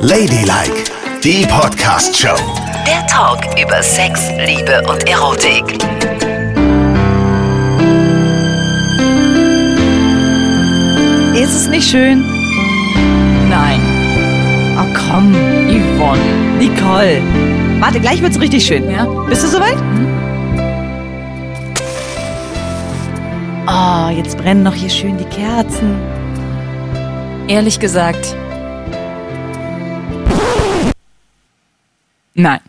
Ladylike, die Podcast-Show. Der Talk über Sex, Liebe und Erotik. Ist es nicht schön? Nein. Oh komm, Yvonne, Nicole. Warte, gleich wird's richtig schön. Ja. Bist du soweit? Oh, jetzt brennen noch hier schön die Kerzen. Ehrlich gesagt. Nein.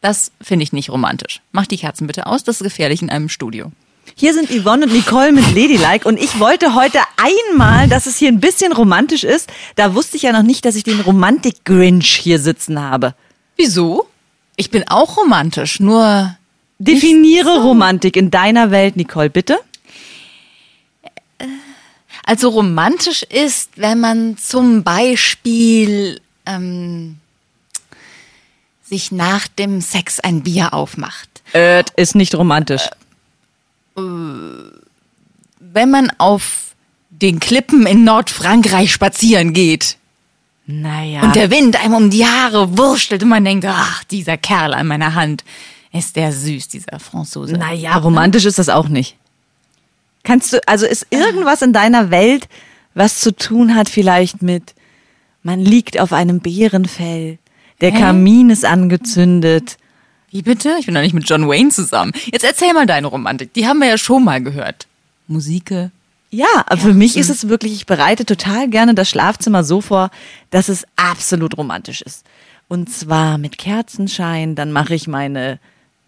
Das finde ich nicht romantisch. Mach die Kerzen bitte aus, das ist gefährlich in einem Studio. Hier sind Yvonne und Nicole mit Ladylike und ich wollte heute einmal, dass es hier ein bisschen romantisch ist. Da wusste ich ja noch nicht, dass ich den Romantik-Grinch hier sitzen habe. Wieso? Ich bin auch romantisch, nur Definiere Romantik in deiner Welt, Nicole, bitte. also romantisch ist, wenn man zum Beispiel ähm, sich nach dem Sex ein Bier aufmacht. Äh, ist nicht romantisch. Wenn man auf den Klippen in Nordfrankreich spazieren geht. Naja. Und der Wind einem um die Haare wurstelt und man denkt, ach, dieser Kerl an meiner Hand. Ist der süß, dieser Franzose. Naja, romantisch ist das auch nicht. Kannst du, also ist irgendwas in deiner Welt, was zu tun hat vielleicht mit, man liegt auf einem Bärenfell, der Kamin ist angezündet. Wie bitte? Ich bin doch nicht mit John Wayne zusammen. Jetzt erzähl mal deine Romantik. Die haben wir ja schon mal gehört. Musike. Ja, aber für mich ist mhm. es wirklich, ich bereite total gerne das Schlafzimmer so vor, dass es absolut romantisch ist. Und zwar mit Kerzenschein, dann mache ich meine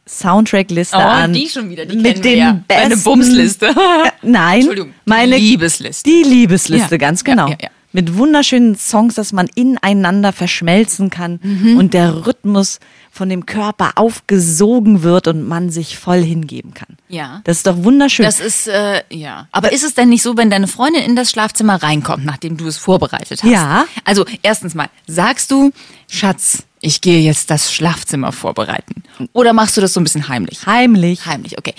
Soundtrackliste Oh, an. die schon wieder, die mit kennen wir den ja. besten, Meine Bumsliste. Äh, Nein, Entschuldigung, die meine Liebesliste. Die Liebesliste, Ja, ganz ja, genau. ja, ja. Mit wunderschönen Songs, dass man ineinander verschmelzen kann Mhm. und der Rhythmus von dem Körper aufgesogen wird und man sich voll hingeben kann. Ja. Das ist doch wunderschön. Das ist, äh, ja. Aber ist es denn nicht so, wenn deine Freundin in das Schlafzimmer reinkommt, nachdem du es vorbereitet hast? Ja. Also, erstens mal, sagst du, Schatz, ich gehe jetzt das Schlafzimmer vorbereiten? Hm. Oder machst du das so ein bisschen heimlich? Heimlich. Heimlich, okay.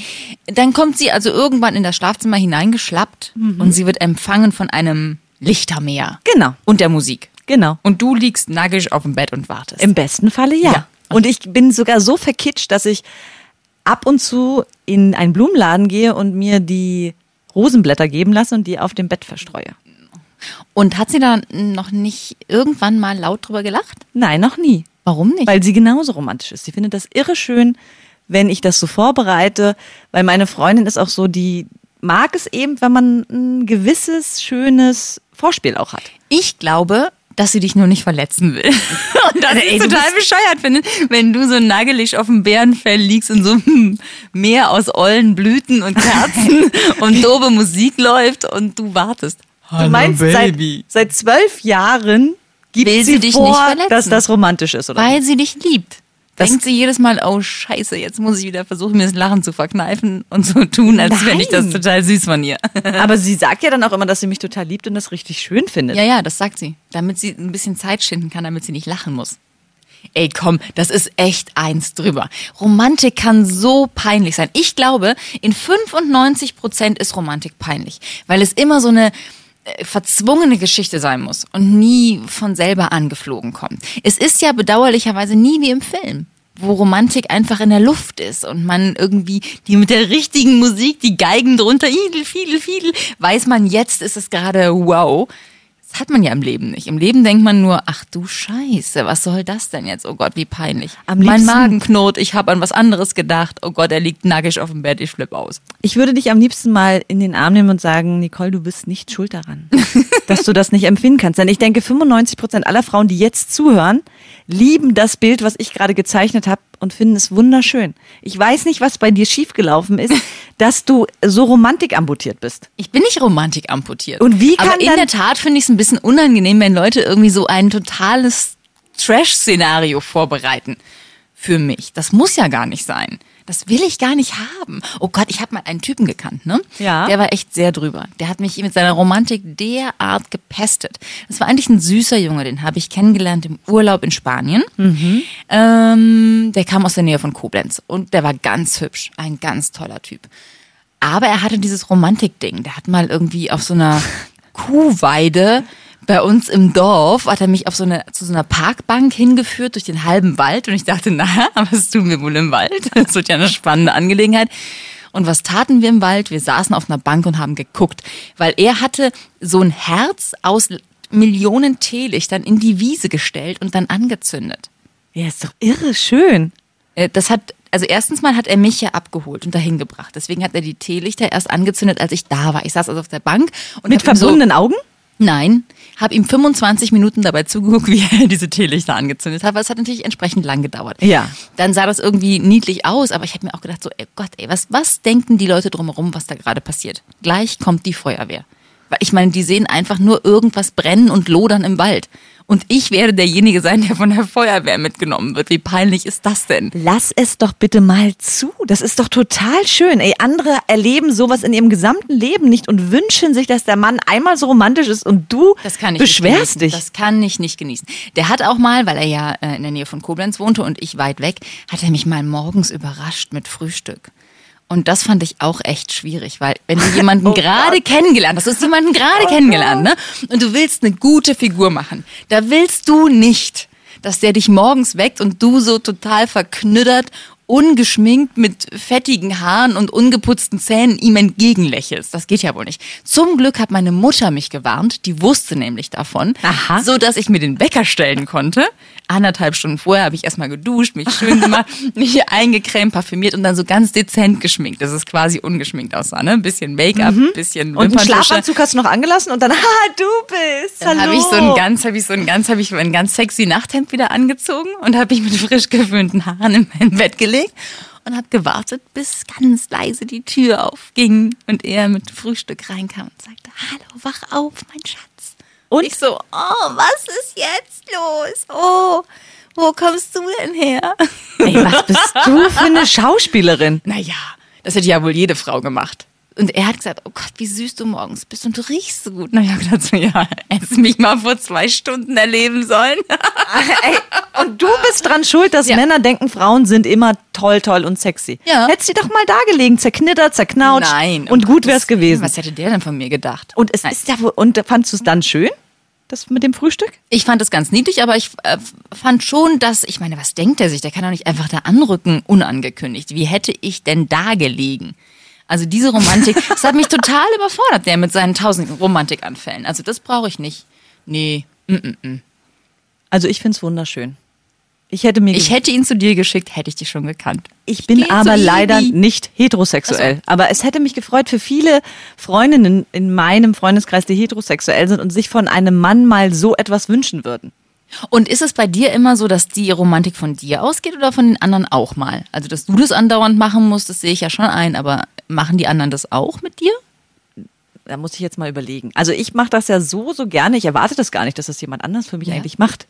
Dann kommt sie also irgendwann in das Schlafzimmer hineingeschlappt und sie wird empfangen von einem Lichtermeer. Mhm. Genau. Und der Musik. Genau. Und du liegst nackig auf dem Bett und wartest. Im besten Falle ja. Ja. Und ich bin sogar so verkitscht, dass ich ab und zu in einen Blumenladen gehe und mir die Rosenblätter geben lasse und die auf dem Bett verstreue. und hat sie da noch nicht irgendwann mal laut drüber gelacht? Nein, noch nie. Warum nicht? Weil sie genauso romantisch ist. Sie findet das irre schön, wenn ich das so vorbereite, weil meine Freundin ist auch so, die mag es eben, wenn man ein gewisses, schönes Vorspiel auch hat. ich glaube, dass sie dich nur nicht verletzen will. Und dass ich du total bescheuert finde, wenn du so nagelig auf dem Bärenfell liegst und so ein Meer aus ollen Blüten und Kerzen und dobe Musik läuft und du wartest. Du meinst, Seit, seit zwölf Jahren gibt Will sie sie dich vor, nicht verletzen. dass das romantisch ist, oder? Weil sie dich liebt. Das- Denkt sie jedes Mal, oh Scheiße, jetzt muss ich wieder versuchen, mir das Lachen zu verkneifen und so tun, als fände ich das Nein. total süß von ihr. Aber sie sagt ja dann auch immer, dass sie mich total liebt und das richtig schön findet. Ja, ja, das sagt sie. Damit sie ein bisschen Zeit schinden kann, damit sie nicht lachen muss. Ey, komm, das ist echt eins drüber. Romantik kann so peinlich sein. Ich glaube, in 95 Prozent ist Romantik peinlich, weil es immer so eine äh, verzwungene Geschichte sein muss und nie von selber angeflogen kommt. Es ist ja bedauerlicherweise nie wie im Film, wo Romantik einfach in der Luft ist und man irgendwie die mit der richtigen Musik, die Geigen drunter, idel, fiedel, fiedel, weiß man, jetzt ist es gerade wow. Das hat man ja im Leben nicht. Im Leben denkt man nur, ach du Scheiße, was soll das denn jetzt? Oh Gott, wie peinlich. Am mein liebsten- Magen knurrt, ich habe an was anderes gedacht. Oh Gott, er liegt nackig auf dem Bett, ich flippe aus. Ich würde dich am liebsten mal in den Arm nehmen und sagen, Nicole, du bist nicht schuld daran, dass du das nicht empfinden kannst. Denn ich denke, 95 Prozent aller Frauen, die jetzt zuhören, lieben das Bild, was ich gerade gezeichnet habe und finden es wunderschön. Ich weiß nicht, was bei dir schiefgelaufen ist, dass du so romantikambutiert bist. Ich bin nicht Romantik amputiert. Und wie Aber kann in dann- der Tat finde ich es ein bisschen unangenehm, wenn Leute irgendwie so ein totales Trash-Szenario vorbereiten für mich. Das muss ja gar nicht sein. Das will ich gar nicht haben. Oh Gott, ich habe mal einen Typen gekannt, ne? Ja. Der war echt sehr drüber. Der hat mich mit seiner Romantik derart gepestet. Das war eigentlich ein süßer Junge, den habe ich kennengelernt im Urlaub in Spanien. Mhm. Ähm, der kam aus der Nähe von Koblenz und der war ganz hübsch, ein ganz toller Typ. Aber er hatte dieses Romantik-Ding. Der hat mal irgendwie auf so einer Kuhweide bei uns im Dorf hat er mich auf so eine, zu so einer Parkbank hingeführt durch den halben Wald und ich dachte, na, was tun wir wohl im Wald? Das wird ja eine spannende Angelegenheit. Und was taten wir im Wald? Wir saßen auf einer Bank und haben geguckt, weil er hatte so ein Herz aus Millionen Teelichtern in die Wiese gestellt und dann angezündet. Ja, ist doch irre schön. Äh, Das hat, also erstens mal hat er mich ja abgeholt und dahin gebracht. Deswegen hat er die Teelichter erst angezündet, als ich da war. Ich saß also auf der Bank und Mit hab ihm verbundenen Augen? So, nein, habe ihm 25 Minuten dabei zugeguckt, wie er diese Teelichter angezündet hat. Aber es hat natürlich entsprechend lang gedauert. Ja. Dann sah das irgendwie niedlich aus, aber ich habe mir auch gedacht, so ey Gott, ey, was, was denken die Leute drumherum, was da gerade passiert? Gleich kommt die Feuerwehr. Weil ich meine, die sehen einfach nur irgendwas brennen und lodern im Wald. Und ich werde derjenige sein, der von der Feuerwehr mitgenommen wird. Wie peinlich ist das denn? Lass es doch bitte mal zu. Das ist doch total schön. Ey, andere erleben sowas in ihrem gesamten Leben nicht und wünschen sich, dass der Mann einmal so romantisch ist und du Das kann ich beschwerst nicht genießen. dich. Das kann ich nicht genießen. Der hat auch mal, weil er ja äh, in der Nähe von Koblenz wohnte und ich weit weg, hat er mich mal morgens überrascht mit Frühstück. Und das fand ich auch echt schwierig, weil wenn du jemanden gerade kennengelernt hast, du hast jemanden gerade kennengelernt, ne? Und du willst eine gute Figur machen, da willst du nicht, dass der dich morgens weckt und du so total verknüttert, ungeschminkt mit fettigen Haaren und ungeputzten Zähnen ihm entgegenlächelst. Das geht ja wohl nicht. Zum Glück hat meine Mutter mich gewarnt, die wusste nämlich davon, Aha. so dass ich mir den Wecker stellen konnte. Anderthalb Stunden vorher habe ich erstmal geduscht, mich schön gemacht, mich eingecremt, parfümiert und dann so ganz dezent geschminkt, dass es quasi ungeschminkt aussah, ne? Ein bisschen Make-up, ein bisschen Mhm. Und einen Wimperntusche. Schlafanzug hast du noch angelassen und dann, ha, du bist. Dann hallo. habe ich so ein ganz, habe ich so ein ganz, habe ich so ein ganz sexy Nachthemd wieder angezogen und habe mich mit frisch geföhnten Haaren in mein Bett gelegt und habe gewartet, bis ganz leise die Tür aufging und er mit Frühstück reinkam und sagte: "Hallo, wach auf, mein Schatz." Und? ich so: "Oh, was ist jetzt los? Oh, wo kommst du denn her?" Ey, was bist du für eine Schauspielerin? Naja, das hätte ja wohl jede Frau gemacht. Und er hat gesagt, oh Gott, wie süß du morgens bist und du riechst so gut. Na ja, gedacht so, ja, hättest du mich mal vor zwei Stunden erleben sollen. Ah, Und du bist dran schuld, dass Ja. Männer denken, Frauen sind immer toll, toll und sexy. Ja. um Hättest du doch mal da gelegen, zerknittert, zerknautscht. Und gut wär's gewesen. Was hätte der denn von mir gedacht? Und es Nein. ist ja wohl, und fandst du es dann schön? Das mit dem Frühstück? Ich fand es ganz niedlich, aber ich äh, fand schon, dass, ich meine, was denkt er sich? Der kann doch nicht einfach da anrücken, unangekündigt. Wie hätte ich denn da gelegen? Also diese Romantik, das hat mich total überfordert, der mit seinen tausend Romantikanfällen. Also das brauche ich nicht. Nee. Also ich find's wunderschön. Ich hätte mir Ich hätte ihn zu dir geschickt, hätte ich dich schon gekannt. Ich bin gehe zu aber Ibi. leider nicht heterosexuell. Aber es hätte mich gefreut für viele Freundinnen in meinem Freundeskreis, die heterosexuell sind und sich von einem Mann mal so etwas wünschen würden. Und ist es bei dir immer so, dass die Romantik von dir ausgeht oder von den anderen auch mal? Also, dass du das andauernd machen musst, das sehe ich ja schon ein, aber machen die anderen das auch mit dir? Da muss ich jetzt mal überlegen. Also ich mache das ja so, so gerne. Ich erwarte das gar nicht, dass das jemand anders für mich Ja. eigentlich macht.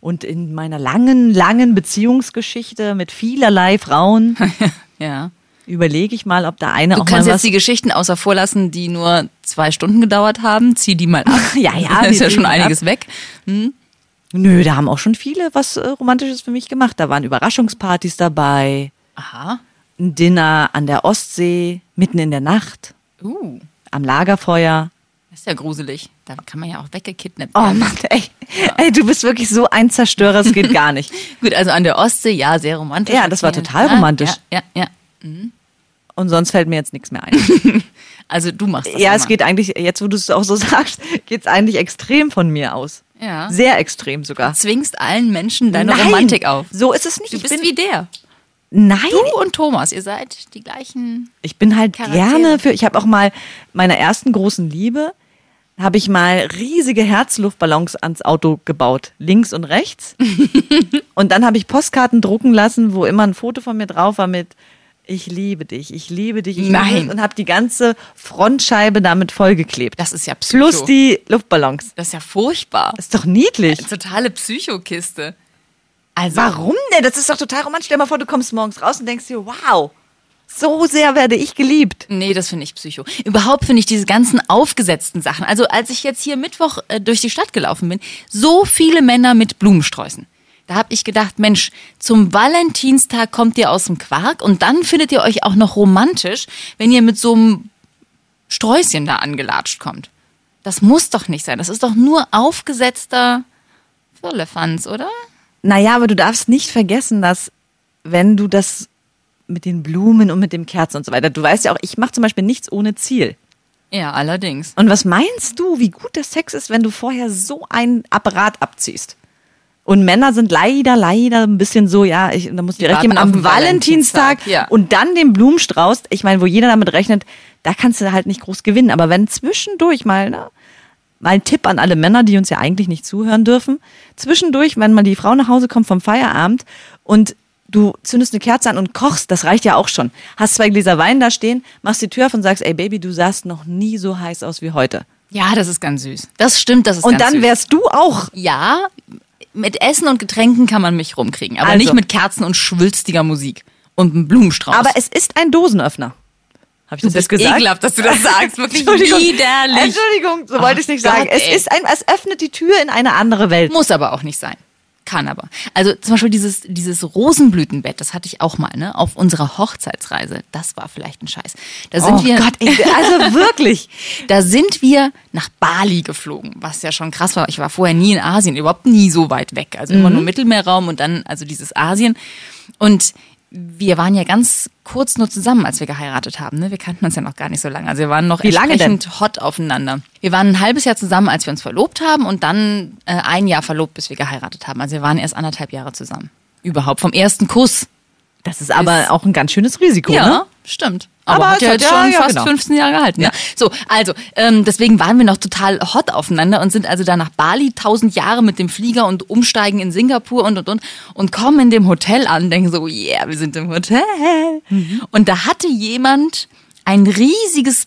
Und in meiner langen, langen Beziehungsgeschichte mit vielerlei Frauen Ja. überlege ich mal, ob da eine Du auch kannst mal jetzt was die Geschichten außer vor lassen, die nur zwei Stunden gedauert haben. Zieh die mal ab. Ja, ja, Da ist wir ja schon ziehen die einiges weg. Nö, da haben auch schon viele was äh, Romantisches für mich gemacht. Da waren Überraschungspartys dabei, Aha. ein Dinner an der Ostsee, mitten in der Nacht, Uh, am Lagerfeuer. das ist ja gruselig. Da kann man ja auch weggekidnappt Oh werden. Mann, ey, ey, du bist wirklich so ein Zerstörer, es geht gar nicht. Gut, also an der Ostsee, ja, sehr romantisch. Ja, das war Okay. total Ah, romantisch. Ja, ja, ja. Und sonst fällt mir jetzt nichts mehr ein. Also du machst das ja, immer. es geht eigentlich, jetzt wo du es auch so sagst, geht es eigentlich extrem von mir aus. Ja. Sehr extrem sogar. Zwingst allen Menschen deine Nein, Romantik auf. So ist es nicht. Du ich bist bin, wie der. nein, Du und Thomas, ihr seid die gleichen. Ich bin halt Charaktere. gerne für, ich habe auch mal meiner ersten großen Liebe, habe ich mal riesige Herzluftballons ans Auto gebaut, links und rechts. und dann habe ich Postkarten drucken lassen, wo immer ein Foto von mir drauf war mit ich liebe dich, ich liebe dich, ich Nein. liebe dich und habe die ganze Frontscheibe damit vollgeklebt. Das ist ja Psycho. Plus die Luftballons. das ist ja furchtbar. Das ist doch niedlich. Totale Psychokiste. Also, Warum denn? Das ist doch total romantisch. Stell mal vor, du kommst morgens raus und denkst dir, wow, so sehr werde ich geliebt. Nee, das finde ich psycho. Überhaupt finde ich diese ganzen aufgesetzten Sachen. Also als ich jetzt hier Mittwoch äh, durch die Stadt gelaufen bin, so viele Männer mit Blumensträußen. Da habe ich gedacht, Mensch, zum Valentinstag kommt ihr aus dem Quark und dann findet ihr euch auch noch romantisch, wenn ihr mit so einem Sträußchen da angelatscht kommt. Das muss doch nicht sein. Das ist doch nur aufgesetzter Firlefanz, oder? Naja, aber du darfst nicht vergessen, dass wenn du das mit den Blumen und mit dem Kerzen und so weiter, du weißt ja auch, ich mache zum Beispiel nichts ohne Ziel. Ja, allerdings. Und was meinst du, wie gut der Sex ist, wenn du vorher so einen Apparat abziehst? Und Männer sind leider, leider ein bisschen so, ja, ich, da muss direkt warten jemand am auf den Valentinstag Valentinstag, ja. und dann den Blumenstrauß, ich meine, wo jeder damit rechnet, da kannst du halt nicht groß gewinnen. Aber wenn zwischendurch mal, ne, mal ein Tipp an alle Männer, die uns ja eigentlich nicht zuhören dürfen, zwischendurch, wenn mal die Frau nach Hause kommt vom Feierabend und du zündest eine Kerze an und kochst, das reicht ja auch schon. Hast zwei Gläser Wein da stehen, machst die Tür auf und sagst, ey Baby, du sahst noch nie so heiß aus wie heute. Ja, das ist ganz süß. Das stimmt, das ist Und ganz dann süß. wärst du auch Ja, mit Essen und Getränken kann man mich rumkriegen, aber Also. nicht mit Kerzen und schwülstiger Musik und einem Blumenstrauß. Aber es ist ein Dosenöffner. Habe ich du das jetzt bist gesagt? ekelhaft, dass du das sagst. Wirklich Entschuldigung. widerlich. Entschuldigung, so wollte ich nicht Gott, sagen. Es ey. ist ein, es öffnet die Tür in eine andere Welt. Muss aber auch nicht sein. Kann aber. Also zum Beispiel dieses, dieses Rosenblütenbett, das hatte ich auch mal, ne? Auf unserer Hochzeitsreise. Das war vielleicht ein Scheiß. Da sind oh wir. Gott, ey, also wirklich. Da sind wir nach Bali geflogen, was ja schon krass war. Ich war vorher nie in Asien, überhaupt nie so weit weg. Also immer Mhm. nur Mittelmeerraum und dann also dieses Asien. Und wir waren ja ganz kurz nur zusammen, als wir geheiratet haben. Ne? Wir kannten uns ja noch gar nicht so lange. Also wir waren noch Wie lange denn? entsprechend hot aufeinander. Wir waren ein halbes Jahr zusammen, als wir uns verlobt haben und dann äh, ein Jahr verlobt, bis wir geheiratet haben. Also wir waren erst anderthalb Jahre zusammen. Überhaupt vom ersten Kuss. Das ist aber auch ein ganz schönes Risiko, Ja, ne? stimmt. Aber, Aber hat ja es hat- jetzt ja, schon ja, fast genau. 15 Jahre gehalten. Ne? So, also, ähm, deswegen waren wir noch total hot aufeinander und sind also da nach Bali 1000 Jahre mit dem Flieger und umsteigen in Singapur und, und, und und kommen in dem Hotel an und denken so, yeah, wir sind im Hotel. Mhm. Und da hatte jemand ein riesiges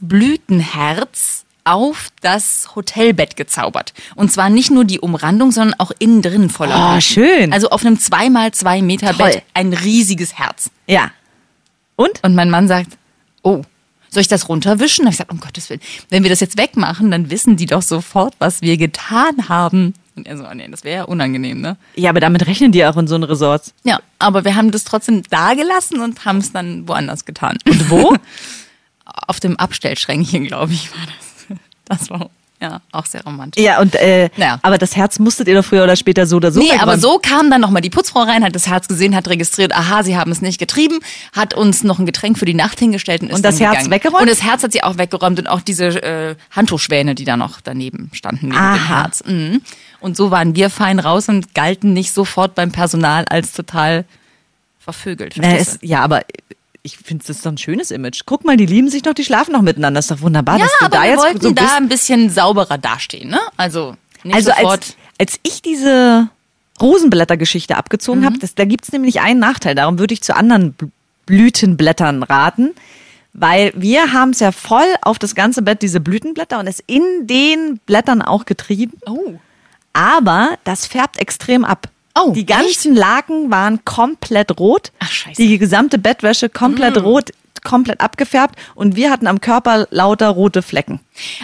Blütenherz auf das Hotelbett gezaubert. Und zwar nicht nur die Umrandung, sondern auch innen drin voller. Oh, Blüten. schön. Also auf einem 2x2 Meter Toll. Bett ein riesiges Herz. Ja. Und? Und mein Mann sagt, oh, soll ich das runterwischen? Da hab ich gesagt, um Gottes Willen, wenn wir das jetzt wegmachen, dann wissen die doch sofort, was wir getan haben. Und er so, oh nee, das wäre ja unangenehm, ne? Ja, aber damit rechnen die auch in so einem Resort. Ja, aber wir haben das trotzdem da gelassen und haben es dann woanders getan. Und wo? Auf dem Abstellschränkchen, glaube ich, war das. Das war ja auch sehr romantisch. Ja, und äh, Naja. aber das Herz musstet ihr doch früher oder später so oder so Nee, aber wegräumen. so kam dann nochmal die Putzfrau rein, hat das Herz gesehen, hat registriert, aha, sie haben es nicht getrieben, hat uns noch ein Getränk für die Nacht hingestellt und ist Und das dann Herz gegangen. weggeräumt? Und das Herz hat sie auch weggeräumt und auch diese äh, Handtuchschwäne, die da noch daneben standen, neben dem Aha. Herz. Mhm. Und so waren wir fein raus und galten nicht sofort beim Personal als total vervögelt. Na, verstehst Äh, es, ja, aber ich finde, das ist doch ein schönes Image. Guck mal, die lieben sich doch, die schlafen noch miteinander. Das ist doch wunderbar, du? ja, dass du aber da wir jetzt wollten so bist. da ein bisschen sauberer dastehen, ne? Also nicht also sofort. als, als ich diese Rosenblättergeschichte abgezogen Mhm. habe, das- da gibt's nämlich einen Nachteil. Darum würde ich zu anderen Bl- Blütenblättern raten. Weil wir haben es ja voll auf das ganze Bett, diese Blütenblätter, und es in den Blättern auch getrieben. oh. Aber das färbt extrem ab. Oh, die ganzen Laken waren komplett rot. Ach, scheiße. Mhm. Die gesamte Bettwäsche komplett rot, komplett abgefärbt. Und wir hatten am Körper lauter rote Flecken.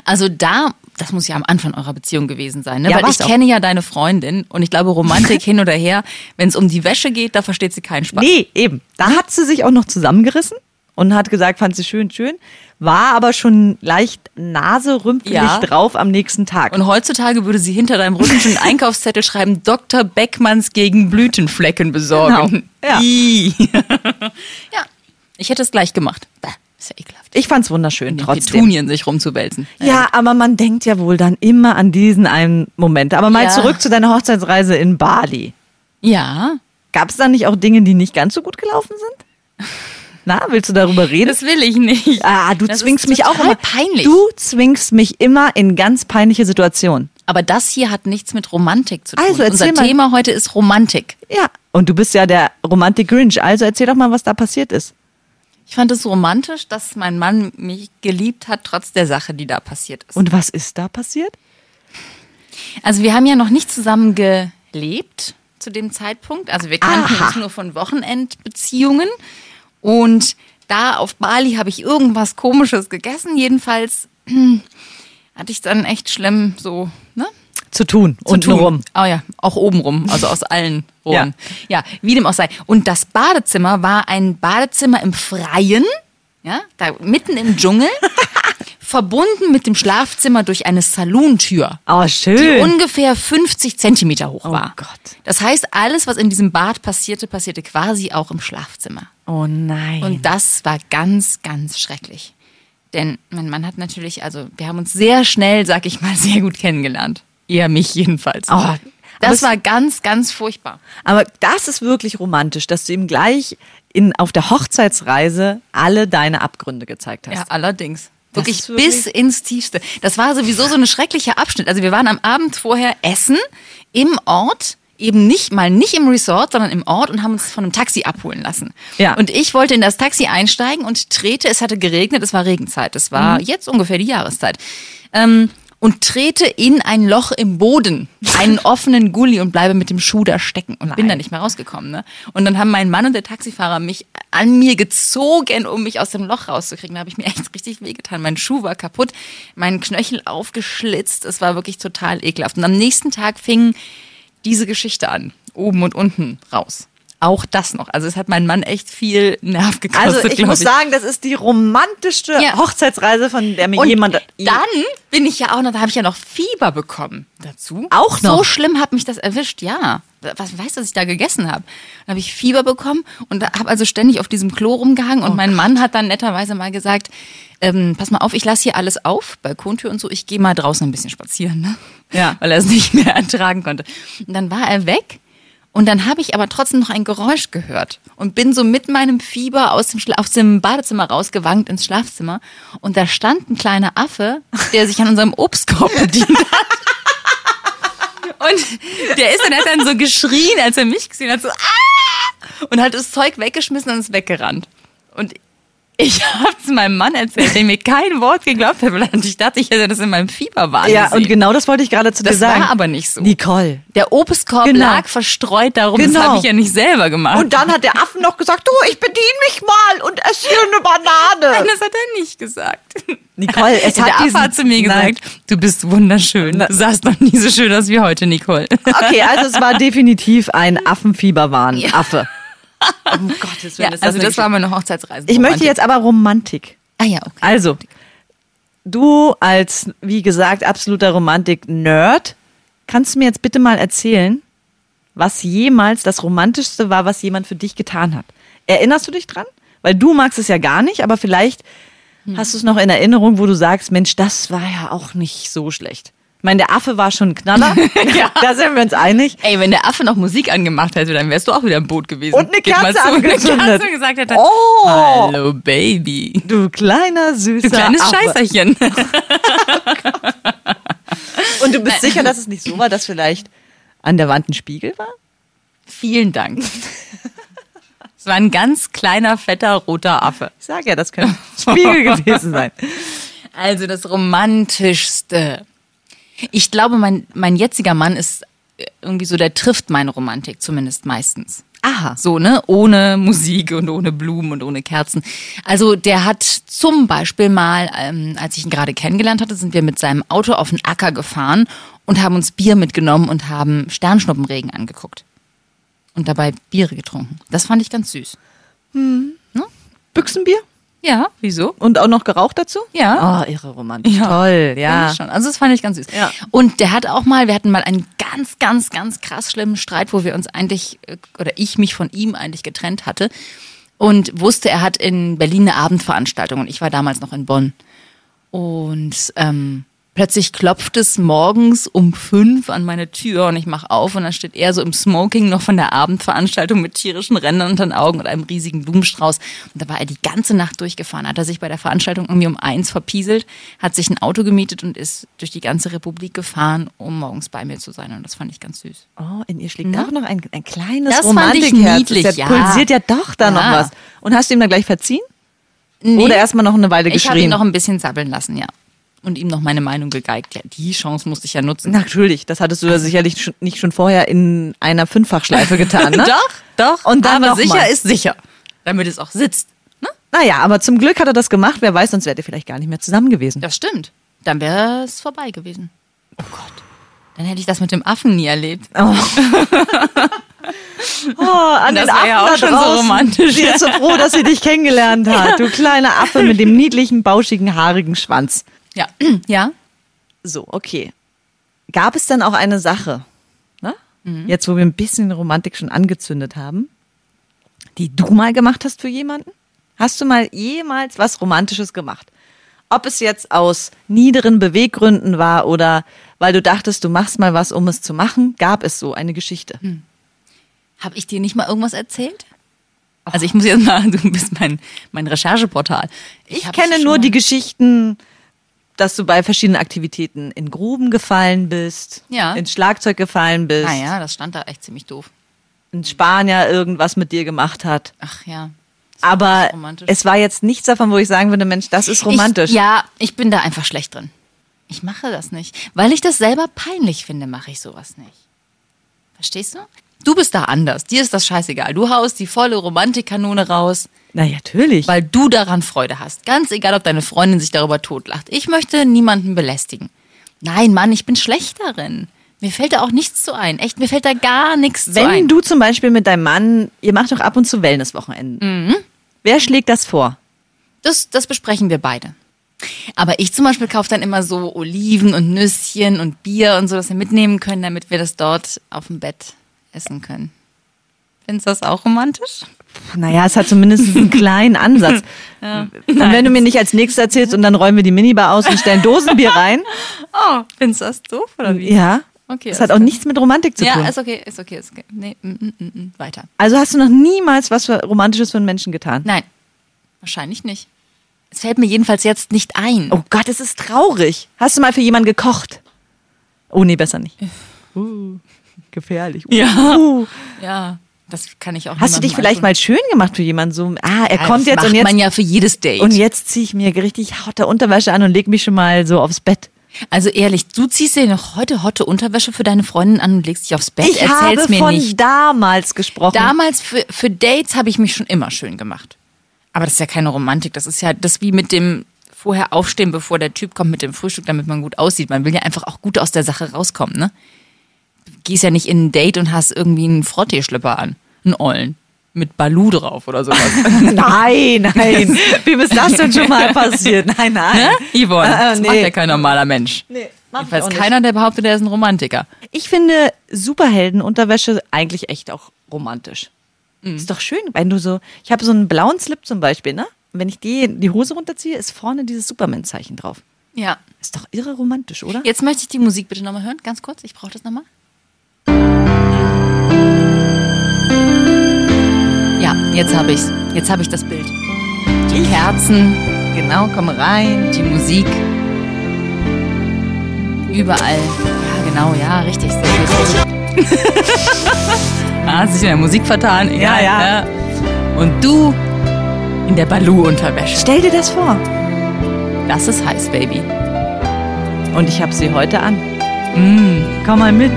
Also da, das muss ja am Anfang eurer Beziehung gewesen sein, ne? Ja, weil war's ich doch. kenne ja deine Freundin und ich glaube, Romantik hin oder her, wenn es um die Wäsche geht, da versteht sie keinen Spaß. Nee, eben. Da hat sie sich auch noch zusammengerissen und hat gesagt, fand sie schön, schön. War aber schon leicht naserümpfelig Ja. drauf am nächsten Tag. Und heutzutage würde sie hinter deinem Rücken schon einen Einkaufszettel schreiben, Dr. Beckmanns gegen Blütenflecken besorgen. Genau. Ja. Ii. ja. Ich hätte es gleich gemacht. Bäh, ist ja ekelhaft. ich fand's wunderschön Die trotzdem. Petunien sich rumzuwälzen. Ja, aber man denkt ja wohl dann immer an diesen einen Moment. Aber mal Ja. zurück zu deiner Hochzeitsreise in Bali. Ja. Gab's da nicht auch Dinge, die nicht ganz so gut gelaufen sind? Na, willst du darüber reden? Das will ich nicht. ah, du Das ist zwingst mich auch total immer. peinlich. Du zwingst mich immer in ganz peinliche Situationen. Aber das hier hat nichts mit Romantik zu tun. Also, erzähl Unser mal. Thema heute ist Romantik. Ja. Und du bist ja der Romantik Grinch. Also erzähl doch mal, was da passiert ist. Ich fand es romantisch, dass mein Mann mich geliebt hat, trotz der Sache, die da passiert ist. Und was ist da passiert? Also wir haben ja noch nicht zusammen gelebt zu dem Zeitpunkt. Also wir kannten Aha. uns nur von Wochenendbeziehungen. Und da auf Bali habe ich irgendwas Komisches gegessen. Jedenfalls hm, hatte ich dann echt schlimm so, ne? Zu tun. zu Unten tun. rum. Ah ja, auch oben rum, also aus allen Rohren. Ja. wie dem auch sei. Und das Badezimmer war ein Badezimmer im Freien, ja, da mitten im Dschungel. verbunden mit dem Schlafzimmer durch eine Salontür, Oh, die schön. Oh ungefähr 50 Zentimeter hoch war. Gott. Das heißt, alles, was in diesem Bad passierte, passierte quasi auch im Schlafzimmer. Oh nein. Und das war ganz, ganz schrecklich. Denn mein Mann hat natürlich, also wir haben uns sehr schnell, sag ich mal, sehr gut kennengelernt. Eher mich jedenfalls. Oh, aber es- das war ganz, ganz furchtbar. Aber das ist wirklich romantisch, dass du ihm gleich in, auf der Hochzeitsreise alle deine Abgründe gezeigt hast. Ja, allerdings. Wirklich, ist wirklich- bis ins Tiefste. Das war sowieso so ein schrecklicher Abschnitt. Also wir waren am Abend vorher essen im Ort, eben nicht mal nicht im Resort, sondern im Ort und haben uns von einem Taxi abholen lassen. Ja. Und ich wollte in das Taxi einsteigen und trete, es hatte geregnet, es war Regenzeit, es war jetzt ungefähr die Jahreszeit. Ähm, und trete in ein Loch im Boden, einen offenen Gully und bleibe mit dem Schuh da stecken und bin da nicht mehr rausgekommen. Ne? Und dann haben mein Mann und der Taxifahrer mich an mir gezogen, um mich aus dem Loch rauszukriegen. Da habe ich mir echt richtig wehgetan. Mein Schuh war kaputt, mein Knöchel aufgeschlitzt. Es war wirklich total ekelhaft. Und am nächsten Tag fing diese Geschichte an, oben und unten raus. Auch das noch. Also es hat meinen Mann echt viel Nerv gekostet. also ich glaub muss sagen, das ist die romantischste Ja. Hochzeitsreise, von der mir und jemand dann bin ich ja auch noch, da habe ich ja noch Fieber bekommen dazu. Auch noch? So schlimm hat mich das erwischt, ja. Was weißt du, was ich da gegessen habe? Dann habe ich Fieber bekommen und habe also ständig auf diesem Klo rumgehangen und mein Mann hat dann netterweise mal gesagt, ähm, pass mal auf, ich lasse hier alles auf, Balkontür und so, ich gehe mal draußen ein bisschen spazieren, ne? Ja. Weil er es nicht mehr ertragen konnte. Und dann war er weg und dann habe ich aber trotzdem noch ein Geräusch gehört und bin so mit meinem Fieber aus dem, Schla aus dem Badezimmer rausgewankt ins Schlafzimmer. Und da stand ein kleiner Affe, der sich an unserem Obstkorb bedient hat. Und der ist dann, hat dann so geschrien, als er mich gesehen hat, so ah! und hat das Zeug weggeschmissen und ist weggerannt. Und ich habe es meinem Mann erzählt, der mir kein Wort geglaubt hat, weil ich dachte, ich hätte das in meinem Fieber war. ja, und genau das wollte ich gerade zu dir Das war sagen. aber nicht so. Nicole. Der Obstkorb Genau. lag verstreut darum, Genau. das habe ich ja nicht selber gemacht. Und dann hat der Affen noch gesagt, du, ich bediene mich mal und esse hier eine Banane. Nein, das hat er nicht gesagt. Nicole, es der hat Affe diesen- hat zu mir Nein. gesagt, du bist wunderschön. Du sahst noch nie so schön aus wie heute, Nicole. Okay, also es war definitiv ein Affenfieberwahn. Affe. Um Gottes Ja, Willen. ist also eine das war meine Hochzeitsreise. Ich möchte jetzt aber Romantik. Ah ja, okay. Also, du als, wie gesagt, absoluter Romantik-Nerd, kannst du mir jetzt bitte mal erzählen, was jemals das Romantischste war, was jemand für dich getan hat? Erinnerst du dich dran? Weil du magst es ja gar nicht, aber vielleicht hast du es noch in Erinnerung, wo du sagst, Mensch, das war ja auch nicht so schlecht. Ich meine, der Affe war schon ein Knaller, Ja. da sind wir uns einig. Ey, wenn der Affe noch Musik angemacht hätte, dann wärst du auch wieder im Boot gewesen. Und eine Geht mal Kerze zu, eine angezündet. Kerze und gesagt hätte, Oh. hallo Baby. Du kleiner, süßer Du kleines Affe. Scheißerchen. Und du bist sicher, dass es nicht so war, dass vielleicht an der Wand ein Spiegel war? Vielen Dank. Es war ein ganz kleiner, fetter, roter Affe. Ich sag ja, das könnte ein Spiegel gewesen sein. Also das Romantischste. Ich glaube, mein, mein jetziger Mann ist äh, irgendwie so, der trifft meine Romantik zumindest meistens. Aha. So, ne? Ohne Musik und ohne Blumen und ohne Kerzen. Also der hat zum Beispiel mal, ähm, als ich ihn gerade kennengelernt hatte, sind wir mit seinem Auto auf den Acker gefahren und haben uns Bier mitgenommen und haben Sternschnuppenregen angeguckt. Und dabei Biere getrunken. Das fand ich ganz süß. Büchsenbier Ja, wieso? und auch noch geraucht dazu? Ja. Oh, ihre Romantik. Ja. Toll, ja. Fand ich schon. Also das fand ich ganz süß. Ja. Und der hat auch mal, wir hatten mal einen ganz, ganz, ganz krass schlimmen Streit, wo wir uns eigentlich, äh, oder ich mich von ihm eigentlich getrennt hatte und wusste, er hat in Berlin eine Abendveranstaltung und ich war damals noch in Bonn. Und ähm, plötzlich klopft es morgens um fünf an meine Tür und ich mache auf und dann steht er so im Smoking noch von der Abendveranstaltung mit tierischen Rändern unter den Augen und einem riesigen Blumenstrauß. Und da war er die ganze Nacht durchgefahren, hat er sich bei der Veranstaltung irgendwie um eins verpieselt, hat sich ein Auto gemietet und ist durch die ganze Republik gefahren, um morgens bei mir zu sein. Und das fand ich ganz süß. Oh, in ihr schlägt auch noch ein, ein kleines Mhm. Das fand ich Romantikherz. niedlich, Das ja. pulsiert ja doch da noch Ja. was. Und hast du ihm dann gleich verziehen? Oder erstmal noch eine Weile ich habe ihn geschrien? noch ein bisschen zappeln lassen, ja. Und ihm noch meine Meinung gegeigt. Ja, die Chance musste ich ja nutzen. Natürlich, das hattest du ja sicherlich schon, nicht schon vorher in einer Fünffachschleife getan, ne? Doch, doch. Und dann aber noch sicher mal. ist sicher. Damit es auch sitzt. Ne? Naja, aber zum Glück hat er das gemacht. Wer weiß, sonst wärt ihr vielleicht gar nicht mehr zusammen gewesen. Das stimmt. Dann wäre es vorbei gewesen. Oh Gott. Dann hätte ich das mit dem Affen nie erlebt. Oh, an Das den war Affen ja auch da schon so draußen. romantisch. Sie ist so froh, dass sie dich kennengelernt hat. Du kleiner Affe mit dem niedlichen, bauschigen, haarigen Schwanz. Ja. Ja. So, okay. Gab es dann auch eine Sache, ne? Mhm. jetzt wo wir ein bisschen Romantik schon angezündet haben, die du mal gemacht hast für jemanden? Hast du mal jemals was Romantisches gemacht? Ob es jetzt aus niederen Beweggründen war oder weil du dachtest, du machst mal was, um es zu machen, gab es so eine Geschichte. Hm, Habe ich dir nicht mal irgendwas erzählt? Also ich muss jetzt mal, du bist mein, mein Rechercheportal. Ich hab's kenne schon nur mal- die Geschichten, dass du bei verschiedenen Aktivitäten in Gruben gefallen bist, Ja. ins Schlagzeug gefallen bist, Naja, Ah das stand da echt ziemlich doof. ein Spanier irgendwas mit dir gemacht hat. Ach ja. Das war Aber nicht romantisch. es war jetzt nichts davon, wo ich sagen würde, Mensch, das ist romantisch. Ich, ja, ich bin da einfach schlecht drin. Ich mache das nicht. Weil ich das selber peinlich finde, mache ich sowas nicht. Verstehst du? Du bist da anders. Dir ist das scheißegal. Du haust die volle Romantikkanone raus, Na ja, natürlich. weil du daran Freude hast. Ganz egal, ob deine Freundin sich darüber totlacht. Ich möchte niemanden belästigen. Nein, Mann, ich bin schlecht darin. Mir fällt da auch nichts zu ein. Echt, mir fällt da gar nichts zu Wenn ein. du zum Beispiel mit deinem Mann, ihr macht doch ab und zu Wellnesswochenenden. Mhm. Wer schlägt das vor? Das, das besprechen wir beide. Aber ich zum Beispiel kaufe dann immer so Oliven und Nüsschen und Bier und so, dass wir mitnehmen können, damit wir das dort auf dem Bett essen können. Findest du das auch romantisch? Puh, Naja, es hat zumindest einen kleinen Ansatz. Und wenn du mir nicht als nächstes erzählst und dann räumen wir die Minibar aus und stellen Dosenbier rein, Oh, findest du das doof oder ja, Okay, es das hat auch kann- nichts mit Romantik zu tun. Ja, also ist okay, ist okay, ist okay. Nee, mm, mm, mm, mm. weiter. also hast du noch niemals was für Romantisches für einen Menschen getan? Nein, wahrscheinlich nicht. Es fällt mir jedenfalls jetzt nicht ein. Oh Gott, es ist traurig. Hast du mal für jemanden gekocht? Oh nee, besser nicht. Uh, gefährlich. Uh. Ja. Ja, das kann ich auch Hast du dich vielleicht mal schön gemacht für jemanden so? Ah, er kommt jetzt macht und jetzt man ja für jedes Date. und jetzt ziehe ich mir richtig hotte Unterwäsche an und leg mich schon mal so aufs Bett. Also ehrlich, du ziehst dir noch heute hotte Unterwäsche für deine Freundin an und legst dich aufs Bett. ich Erzähl's habe mir von nicht. damals gesprochen. Damals für, für Dates habe ich mich schon immer schön gemacht. Aber das ist ja keine Romantik. Das ist ja das wie mit dem vorher aufstehen, bevor der Typ kommt mit dem Frühstück, damit man gut aussieht. Man will ja einfach auch gut aus der Sache rauskommen, ne? Gehst ja nicht in ein Date und hast irgendwie einen Frotteeschlipper an. Einen Ollen. Mit Balu drauf oder sowas. Ne? nein, nein. Wem ist das denn schon mal passiert? Nein, nein. ne? Yvonne, Äh, äh, das nee. macht ja kein normaler Mensch. Nee, mach ich Jedenfalls auch nicht. keiner, der behauptet, er ist ein Romantiker. Ich finde Superheldenunterwäsche eigentlich echt auch romantisch. Ist doch schön, wenn du so, ich habe so einen blauen Slip zum Beispiel, ne? Und Wenn ich die, die Hose runterziehe, ist vorne dieses Superman-Zeichen drauf. Ja. Ist doch irre romantisch, oder? Jetzt möchte ich die Musik bitte nochmal hören, ganz kurz. Ich brauche das nochmal. Ja, jetzt habe ich's. Jetzt habe ich das Bild. Die Kerzen, Genau, komm rein. die Musik. Überall. Ja, genau, ja, richtig. Sehr gut. ah, sich in der Musik vertan. Egal, ne? Ja, ja. Und du in der Balu-Unterwäsche. Stell dir das vor. Das ist heiß, Baby. Und ich habe sie heute an. Mm, Komm mal mit.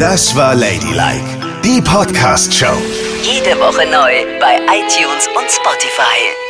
Das war Ladylike, die Podcast-Show. Jede Woche neu bei iTunes und Spotify.